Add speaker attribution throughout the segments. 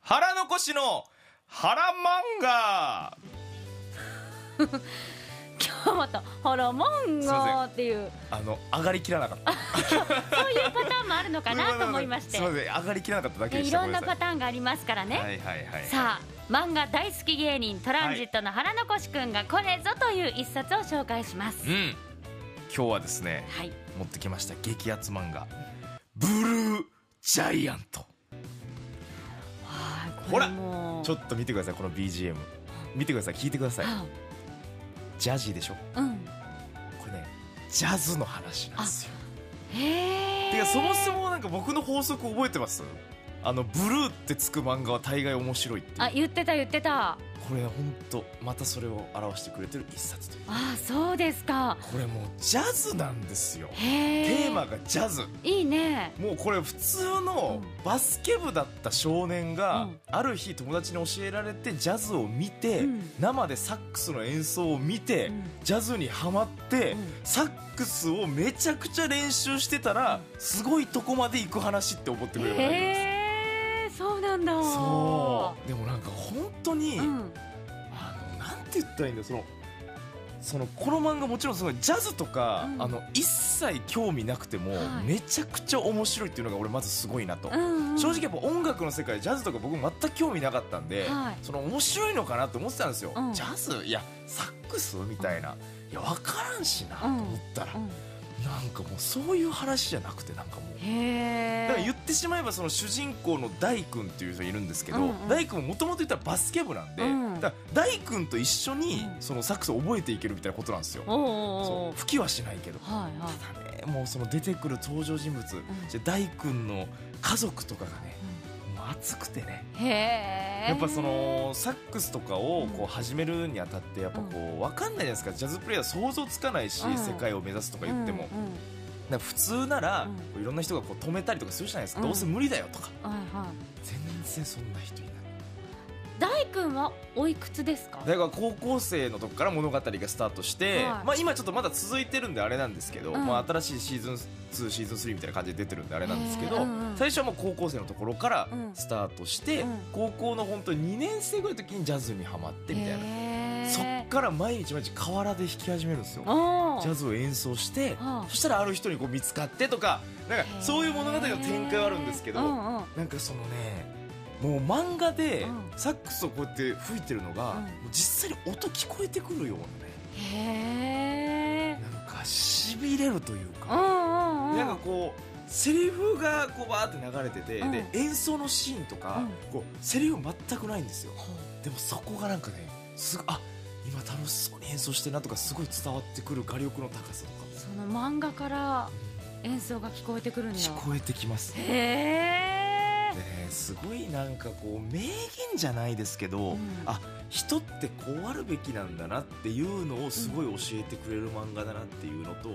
Speaker 1: 腹残しの腹漫画
Speaker 2: 今日またホロモンゴっていう
Speaker 1: あの上がりきらなかった
Speaker 2: そういうパターンもあるのかなと思いまして
Speaker 1: すいません上がりきらなかっただけ
Speaker 2: ね
Speaker 1: で
Speaker 2: い
Speaker 1: した
Speaker 2: ろんな
Speaker 1: ごめ
Speaker 2: パターンがありますからね、
Speaker 1: さいはいはいはい
Speaker 2: さあ漫画大好き芸人トランジットの腹残しくんがこれぞという一冊を紹介します、
Speaker 1: うん今日はですね
Speaker 2: はい
Speaker 1: 持ってきました激アツ漫画ブルージャイアント
Speaker 2: はい
Speaker 1: ほら
Speaker 2: これもう
Speaker 1: ちょっと見てくださいこの BGM 見てください聞いてください
Speaker 2: あ
Speaker 1: ジャジーでしょ
Speaker 2: うん
Speaker 1: これねジャズの話なんですよ
Speaker 2: へえ
Speaker 1: てかそもそもなんか僕の法則覚えてますあのブルーってつく漫画は大概面白いっていう
Speaker 2: あ言ってた言ってたあ
Speaker 1: これ本当またそれを表してくれてる一冊という
Speaker 2: あそうですか
Speaker 1: これもうジャズなんですよ
Speaker 2: へえ
Speaker 1: テーマがジャズ
Speaker 2: いいね
Speaker 1: もうこれ普通の
Speaker 2: う
Speaker 1: バスケ部だった少年が、
Speaker 2: うん
Speaker 1: ある日友達に教えられてジャズを見て、
Speaker 2: うん
Speaker 1: 生でサックスの演奏を見て、
Speaker 2: うん
Speaker 1: ジャズにはまって、
Speaker 2: うん
Speaker 1: サックスをめちゃくちゃ練習してたらすごいとこまで行く話って思ってくれるから
Speaker 2: へえそうなんだ
Speaker 1: そうでもなんか本当に、
Speaker 2: ん、
Speaker 1: あのなんて言ったらいいんだよそのそのこの漫画もちろんそのジャズとか、
Speaker 2: うん
Speaker 1: あの一切興味なくても、
Speaker 2: はい
Speaker 1: めちゃくちゃ面白いっていうのが俺まずすごいなと、
Speaker 2: うんうん、
Speaker 1: 正直やっぱ音楽の世界ジャズとか僕全く興味なかったんで、
Speaker 2: はい
Speaker 1: その面白いのかなって思ってたんですよ、
Speaker 2: うん
Speaker 1: ジャズいやサックスみたいな、いや分からんしなと
Speaker 2: うん
Speaker 1: 思ったら、
Speaker 2: うん
Speaker 1: なんかもうそういう話じゃなくてなんかもう。
Speaker 2: へえ
Speaker 1: だから言ってしまえばその主人公の大君っていう人がいるんですけど、
Speaker 2: うんうん
Speaker 1: 大君ももともと言ったらバスケ部なんで、
Speaker 2: うん
Speaker 1: だから大君と一緒に
Speaker 2: うん
Speaker 1: そのサックスを覚えていけるみたいなことなんですよ、
Speaker 2: おうおうお
Speaker 1: そう
Speaker 2: う
Speaker 1: 吹きはしないけど、
Speaker 2: はいはい
Speaker 1: ただねもうその出てくる登場人物、じゃあ大君の家族とかがねもう熱くてね
Speaker 2: へえ
Speaker 1: やっぱそのサックスとかをこう始めるにあたってやっぱこう分かんないじゃないですかジャズプレイヤー想像つかないし、
Speaker 2: うん
Speaker 1: 世界を目指すとか言っても、
Speaker 2: うんうん
Speaker 1: だから普通なら
Speaker 2: うん
Speaker 1: こういろんな人がこう止めたりとかするじゃないですか、
Speaker 2: うん
Speaker 1: どうせ無理だよとか。
Speaker 2: はいはい
Speaker 1: 全然そんな人いない
Speaker 2: 大君はおいくつですか
Speaker 1: だから高校生のとこから物語がスタートして、
Speaker 2: はい
Speaker 1: まあ、今ちょっとまだ続いてるんであれなんですけど、
Speaker 2: うん
Speaker 1: まあ、新しいシーズン2シーズン3みたいな感じで出てるんであれなんですけど、
Speaker 2: へーうんうん
Speaker 1: 最初はもう高校生のところから
Speaker 2: うん
Speaker 1: スタートして、
Speaker 2: うん
Speaker 1: 高校の本当に2年生ぐらいの時にジャズにはまってみたいな、
Speaker 2: へー
Speaker 1: そっから毎日毎日河原で弾き始めるんですよ
Speaker 2: お
Speaker 1: ジャ
Speaker 2: ー
Speaker 1: ズを演奏して
Speaker 2: ああ
Speaker 1: そしたらある人にこう見つかってとかなんかそういう物語の展開はあるんですけど、
Speaker 2: へーうんうん
Speaker 1: なんかそのねもう漫画で
Speaker 2: うん
Speaker 1: サックスをこうやって吹いてるのが、
Speaker 2: うん
Speaker 1: もう実際に音聞こえてくるような
Speaker 2: へえ
Speaker 1: ねなんかしびれるという
Speaker 2: うん
Speaker 1: か、
Speaker 2: うんうん
Speaker 1: なんかこうセリフがこうバーって流れてて、
Speaker 2: うん
Speaker 1: で演奏のシーンとか、こうセリフ全くないんですよ
Speaker 2: ほ
Speaker 1: でもそこがなんかねすごいあ今楽しそうに演奏してるなとかすごい伝わってくる画力の高さとか
Speaker 2: うその漫画から演奏が聞こえてくるんだ
Speaker 1: 聞こえてきますね
Speaker 2: へえ
Speaker 1: ねすごいなんかこう名言じゃないですけど、
Speaker 2: うん
Speaker 1: あ人ってこうあるべきなんだなっていうのをすごい教えてくれる漫画だなっていうのと、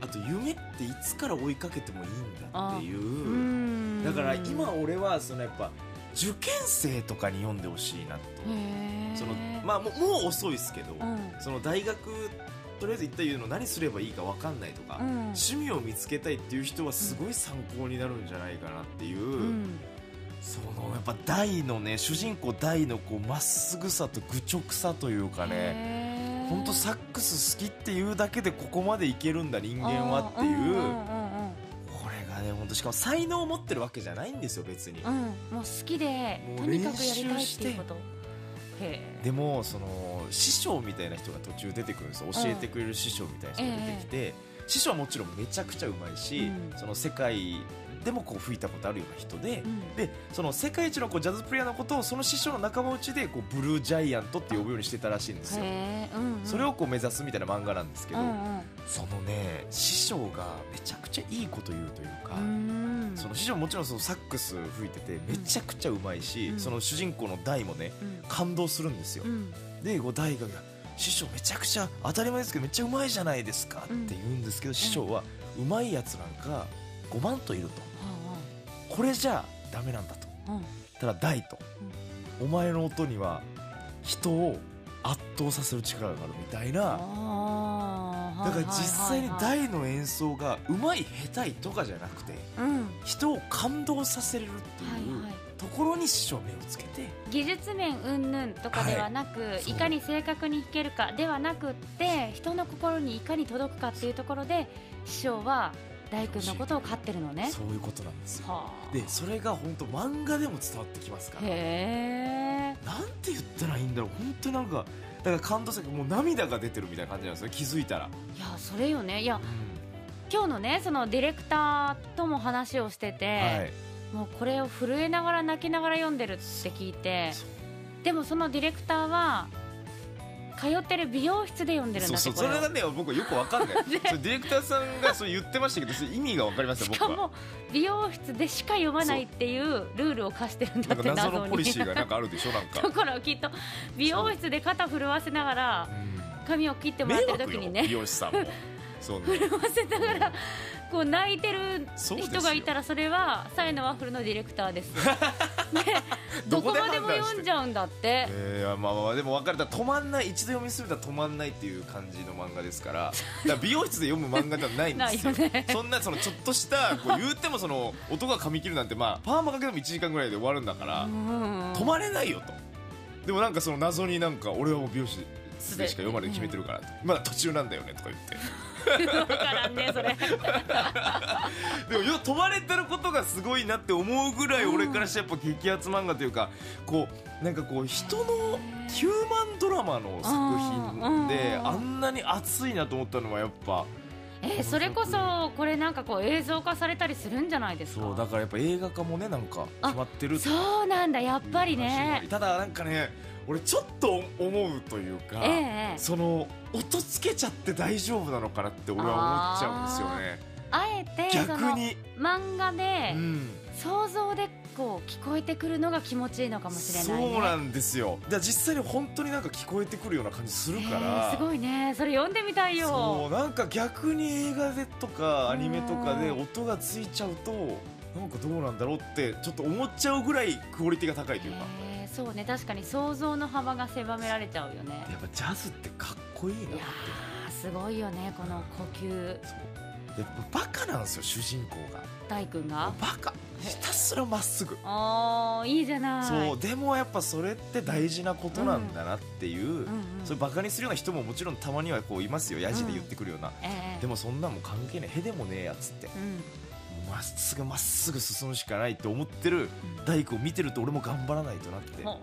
Speaker 1: あと夢っていつから追いかけてもいいんだっていう、
Speaker 2: うん
Speaker 1: だから今俺はそのやっぱ受験生とかに読んでほしいなと、
Speaker 2: へえ
Speaker 1: そのまあもうもう遅いですけど、
Speaker 2: うん
Speaker 1: その大学とりあえず一体言うの何すればいいか分かんないとか、
Speaker 2: うん
Speaker 1: 趣味を見つけたいっていう人はすごい参考になるんじゃないかなっていう。
Speaker 2: うん
Speaker 1: そのやっぱ大のね主人公大のこうまっすぐさと愚直さというかね
Speaker 2: へー
Speaker 1: 本当サックス好きっていうだけでここまでいけるんだ人間はってい
Speaker 2: んん
Speaker 1: う
Speaker 2: うん
Speaker 1: これがね本当しかも才能を持ってるわけじゃないんですよ別に
Speaker 2: うんうんもう好きで
Speaker 1: もう
Speaker 2: とにかくやり
Speaker 1: 練習
Speaker 2: たいっ
Speaker 1: してて
Speaker 2: いうことへ
Speaker 1: でもその師匠みたいな人が途中出てくるんですよ教えてくれる師匠みたいな人が出てきて師匠はもちろんめちゃくちゃうまいし
Speaker 2: うん
Speaker 1: その世界でもこう吹いたことあるような人で
Speaker 2: えうん
Speaker 1: でその世界一のこうジャズプレイヤーのことをその師匠の仲間内でこうブルージャイアントって呼ぶようにしてたらしいんですよ
Speaker 2: へえうんうん
Speaker 1: それをこう目指すみたいな漫画なんですけど、
Speaker 2: うんうん
Speaker 1: そのね師匠がめちゃくちゃいいこと言うというか、
Speaker 2: うん
Speaker 1: その師匠もちろんそのサックス吹いててめちゃくちゃうまいし、
Speaker 2: うん
Speaker 1: その主人公の大もね
Speaker 2: うん
Speaker 1: 感動するんですよ、
Speaker 2: うん
Speaker 1: でこう大が「師匠めちゃくちゃ当たり前ですけどめっちゃうまいじゃないですか」って
Speaker 2: うん
Speaker 1: 言うんですけど、師匠はうまいやつなんか5万といるとこれじゃダメなんだと。
Speaker 2: うんうん
Speaker 1: ただ大と、お前の音には人を圧倒させる力があるみたいな
Speaker 2: あ
Speaker 1: だ
Speaker 2: ー
Speaker 1: から実際に
Speaker 2: はいはいはいはい
Speaker 1: 大の演奏がうまい下手いとかじゃなくて
Speaker 2: うん
Speaker 1: 人を感動させれるって
Speaker 2: はい
Speaker 1: いう
Speaker 2: はい
Speaker 1: ところに師匠目をつけて
Speaker 2: 技術面云々とかではなく、
Speaker 1: い
Speaker 2: い、かに正確に弾けるかではなくって人の心にいかに届くかっていうところで師匠は大君のことを飼ってるのね。
Speaker 1: そういうことなんですよ
Speaker 2: はあ、
Speaker 1: でそれが本当漫画でも伝わってきますから
Speaker 2: へえ
Speaker 1: なんて言ったらいいんだろう本当なんかだから感動作もう涙が出てるみたいな感じなんですよ気づいたら、
Speaker 2: いやそれよねいや今日のねそのディレクターとも話をしてて、
Speaker 1: はい
Speaker 2: もうこれを震えながら泣きながら読んでるって聞いて
Speaker 1: そう
Speaker 2: でもそのディレクターは通ってる美容室で読んでる
Speaker 1: そう
Speaker 2: んだって
Speaker 1: そう
Speaker 2: こ
Speaker 1: そ
Speaker 2: れ
Speaker 1: れ
Speaker 2: を
Speaker 1: がね僕はよくわ かんないそれディレクターさんがそう言ってましたけどそれ意味がわかりません
Speaker 2: し
Speaker 1: 僕
Speaker 2: か
Speaker 1: は
Speaker 2: も美容室でしか読まないっていうルールを課してるんだ
Speaker 1: なんか
Speaker 2: って
Speaker 1: 謎の
Speaker 2: に
Speaker 1: ポリシーがなんかあるでしょなんか
Speaker 2: だからきっと美容室で肩震わせながら髪を切ってもらっ
Speaker 1: 迷
Speaker 2: てる
Speaker 1: 惑
Speaker 2: 時
Speaker 1: よ
Speaker 2: に
Speaker 1: 美
Speaker 2: ね
Speaker 1: 容師さんも そうね
Speaker 2: 震わせながらこう泣いてる
Speaker 1: そうですよ
Speaker 2: 人がいたらそれは「サイのワッフル」のディレクタ ーですねどこまでも読んじ
Speaker 1: ゃ
Speaker 2: ゃうんだって
Speaker 1: えー、まあまあまあでも別れたら止まんない一度読みすぎたら止まんないっていう感じの漫画です からだから美容室で読む漫画ではないんですよ
Speaker 2: ないよね
Speaker 1: そんなそのちょっとしたこう言ってもその男が髪切るなんてまあパーマかけても1時間ぐらいで終わるんだから、
Speaker 2: うん
Speaker 1: 止まれないよとでもなんかその謎になんか俺はもう美容師でしか読まない決めてるからとまだ途中なんだよねとか言って
Speaker 2: わからんねそれ
Speaker 1: でもよ止まれてることがすごいなって思うぐらい俺からしてやっぱ激アツ漫画というかこうなんかこう人のヒューマンドラマの作品で
Speaker 2: うん
Speaker 1: あんなに熱いなと思ったのはやっぱ
Speaker 2: えそれこそこれなんかこう映像化されたりするんじゃないですか
Speaker 1: そうだからやっぱ映画化もねなんか決まってると
Speaker 2: そうなんだやっぱり
Speaker 1: いう話もあり
Speaker 2: ね
Speaker 1: ただなんかね俺ちょっと思うというか、
Speaker 2: ええええ
Speaker 1: その音つけちゃって大丈夫なのかなって俺は思っちゃうんですよね
Speaker 2: あえてその
Speaker 1: 逆に、
Speaker 2: 漫画で
Speaker 1: うん、
Speaker 2: 想像でこう聞こえてくるのが気持ちいいのかもしれないね
Speaker 1: そうなんですよだから実際に本当になんか聞こえてくるような感じするか
Speaker 2: え
Speaker 1: ら、
Speaker 2: ーすごいねそれ読んでみたい
Speaker 1: そう
Speaker 2: よ
Speaker 1: なんか逆に映画でとかアニメとかで
Speaker 2: うん
Speaker 1: 音がついちゃうとなんかどうなんだろうってちょっと思っちゃうぐらいクオリティが高いというか、
Speaker 2: えーそうね確かに想像の幅が狭められちゃうよね
Speaker 1: やっぱジャズってかっこいいなっ
Speaker 2: い
Speaker 1: て
Speaker 2: やーすごいよねこの呼吸
Speaker 1: でバカなんですよ主人公が
Speaker 2: 大君が
Speaker 1: バカひたすらまっすぐ
Speaker 2: あーいいじゃない
Speaker 1: そうでもやっぱそれって大事なことなんだなっていう、
Speaker 2: んうん
Speaker 1: それバカにするような人ももちろんたまにはこういますよヤジで言ってくるような、
Speaker 2: ええ
Speaker 1: でもそんなもん関係ねえへでもねえやつっても
Speaker 2: うん
Speaker 1: うまっすぐまっすぐ進むしかないって思ってる
Speaker 2: うん
Speaker 1: 大工を見てると俺も頑張らないとなって
Speaker 2: ほ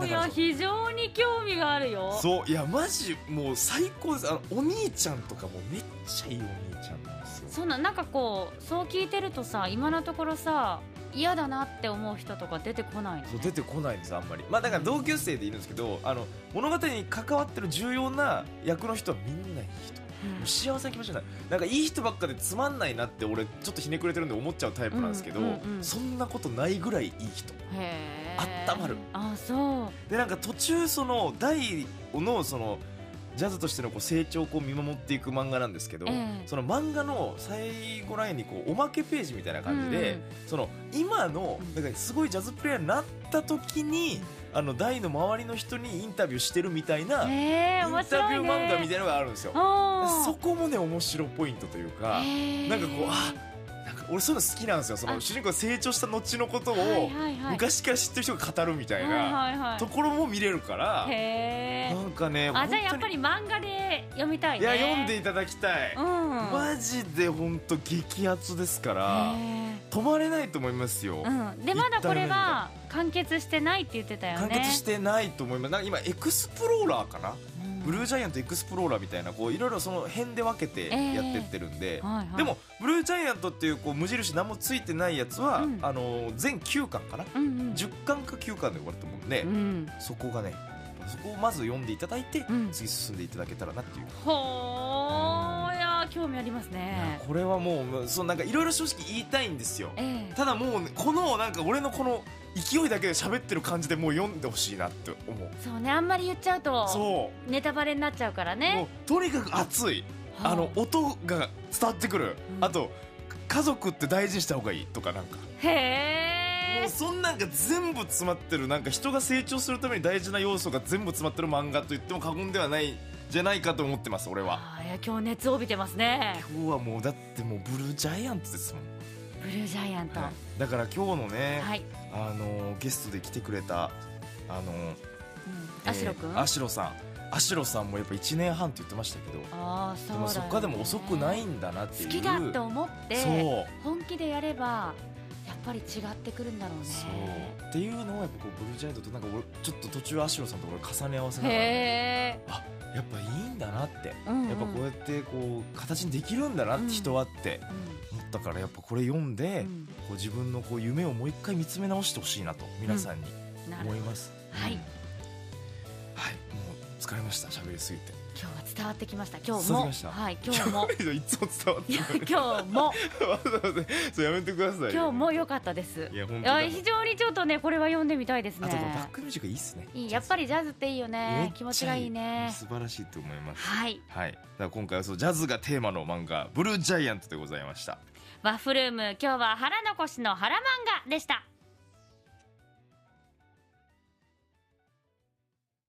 Speaker 1: だから
Speaker 2: ういや
Speaker 1: そう
Speaker 2: 非常に興味があるよ
Speaker 1: そういやマジもう最高ですあのお兄ちゃんとかもめっちゃいいお兄ちゃんなんですよ
Speaker 2: そんななんかこうそう聞いてるとさ今のところさ嫌だなって思う人とか出てこないのね
Speaker 1: そう出てこないんですあんまりまあだから同級生でいるんですけどあの物語に関わってる重要な役の人はみんないい人
Speaker 2: うん
Speaker 1: もう幸せな気持ちになるなんかいい人ばっかでつまんないなって俺ちょっとひねくれてるんで思っちゃうタイプなんですけど、
Speaker 2: うんうんうん
Speaker 1: そんなことないぐらいいい人
Speaker 2: へえ
Speaker 1: 温まる
Speaker 2: あそう
Speaker 1: でなんか途中その大のそのジャズとしてのこう成長をこう見守っていく漫画なんですけど、
Speaker 2: ええ
Speaker 1: その漫画の最後ラインにこうおまけページみたいな感じで、
Speaker 2: うん
Speaker 1: その今の
Speaker 2: うん
Speaker 1: なんかすごいジャズプレイヤーになった時にあの大の周りの人にインタビューしてるみたいな、イン
Speaker 2: へえ
Speaker 1: タビ
Speaker 2: 面白い
Speaker 1: ュー
Speaker 2: ね
Speaker 1: 漫画みたいなのがあるんですよ。
Speaker 2: あー
Speaker 1: そこもね面白ポイントというか、
Speaker 2: へえ
Speaker 1: なんかこうあなんか俺そういうの好きなんですよその
Speaker 2: あ
Speaker 1: 主人公が成長した後のことを
Speaker 2: はいはいはい
Speaker 1: 昔から知ってる人が語るみたい
Speaker 2: はい
Speaker 1: な
Speaker 2: はいはい
Speaker 1: ところも見れるから、
Speaker 2: へえ
Speaker 1: なんかね
Speaker 2: あ
Speaker 1: 本
Speaker 2: じ
Speaker 1: 当
Speaker 2: ゃあ
Speaker 1: に
Speaker 2: やっぱり漫画で読みたい
Speaker 1: い
Speaker 2: ね
Speaker 1: や読んでいただきたい、
Speaker 2: うん
Speaker 1: マジで本当激アツですから
Speaker 2: へ
Speaker 1: 止まれないと思いますよ、
Speaker 2: えうんでまだこれは完結してないって言ってたよね
Speaker 1: 完結してないと思いますなんか今エクスプローラーかな、
Speaker 2: うん
Speaker 1: ブルージャイアントエクスプローラーみたいなこういろいろその辺で分けてやってってるんで、
Speaker 2: はいはい
Speaker 1: でもブルージャイアントっていうこう無印何もついてないやつは、
Speaker 2: うん
Speaker 1: あの全9巻かな、
Speaker 2: うんうん
Speaker 1: 10巻か9巻で終わると思うんで、
Speaker 2: うん
Speaker 1: そこがねそこをまず読んでいただいて、
Speaker 2: うん
Speaker 1: 次進んでいただけたらなっていう、
Speaker 2: ほーいやー興味ありますね
Speaker 1: これはもうそうなんかいろいろ正直言いたいんですよ
Speaker 2: ええ
Speaker 1: ただもうねこのなんか俺のこの勢いだけで喋ってる感じでもう読んでほしいなって思う
Speaker 2: そうねあんまり言っちゃうと
Speaker 1: そ
Speaker 2: ネタバレになっちゃうから
Speaker 1: うも
Speaker 2: ね
Speaker 1: うとにかく熱いあの
Speaker 2: は
Speaker 1: 音が伝わってくる、
Speaker 2: うん
Speaker 1: あと家族って大事にした方がいいとかなんか
Speaker 2: あへ
Speaker 1: も
Speaker 2: え
Speaker 1: うそんなんが全部詰まってるなんか人が成長するために大事な要素が全部詰まってる漫画と言っても過言ではないじゃないかと思ってます俺は
Speaker 2: あーいや今日熱帯びてますね
Speaker 1: 今日はもうだってもうブルージャイアンツですもん
Speaker 2: ブルージャイアント。は
Speaker 1: はいだから今日のね、
Speaker 2: い。
Speaker 1: あのゲストで来てくれたあの
Speaker 2: うんアシロ君。
Speaker 1: えーアシロさんアシロさんもやっぱ1年半って言ってましたけど
Speaker 2: ああ、そ
Speaker 1: で
Speaker 2: うだよ
Speaker 1: も
Speaker 2: ね。
Speaker 1: そこからでも遅くないんだなっていう
Speaker 2: 好きだと思って。
Speaker 1: そう
Speaker 2: 本気でやればやっぱり違ってくるんだろうね
Speaker 1: そうっていうのをやっぱこうブルージャイアントとなんか俺ちょっと途中アシロさんと俺重ね合わせながらね
Speaker 2: へえ、
Speaker 1: やっぱいいんだなって、
Speaker 2: うんうん
Speaker 1: やっぱこうやってこう形にできるんだなっ
Speaker 2: うん
Speaker 1: て人はって
Speaker 2: う
Speaker 1: 思ったからやっぱこれ読んで、
Speaker 2: ん
Speaker 1: こう自分のこう夢をもう一回見つめ直してほしいなと皆さんに
Speaker 2: うん、なる
Speaker 1: 思います、
Speaker 2: はい
Speaker 1: うんはいもう疲れました喋りすぎて
Speaker 2: 今日は伝わってきました今日
Speaker 1: 伝わってきま
Speaker 2: も
Speaker 1: した
Speaker 2: はい今日も
Speaker 1: いつも伝わっ
Speaker 2: い
Speaker 1: て
Speaker 2: や
Speaker 1: くる
Speaker 2: 今日も
Speaker 1: わざわざ そうやめてくださいよ
Speaker 2: 今日も良かったです
Speaker 1: いや本当
Speaker 2: あ
Speaker 1: だ
Speaker 2: 非常にちょっとねこれは読んでみたいです
Speaker 1: あとこのバッ
Speaker 2: ね
Speaker 1: クミュージックいいっすね
Speaker 2: いいやっぱりジャズっていいよ
Speaker 1: めっ
Speaker 2: ね気持ちがいいね
Speaker 1: 素晴らしいと思います
Speaker 2: はい
Speaker 1: はい、だから今回はそうジャズがテーマの漫画「ブルージャイアント」でございました。
Speaker 2: ワッフルーム今日は腹残しの腹漫画でした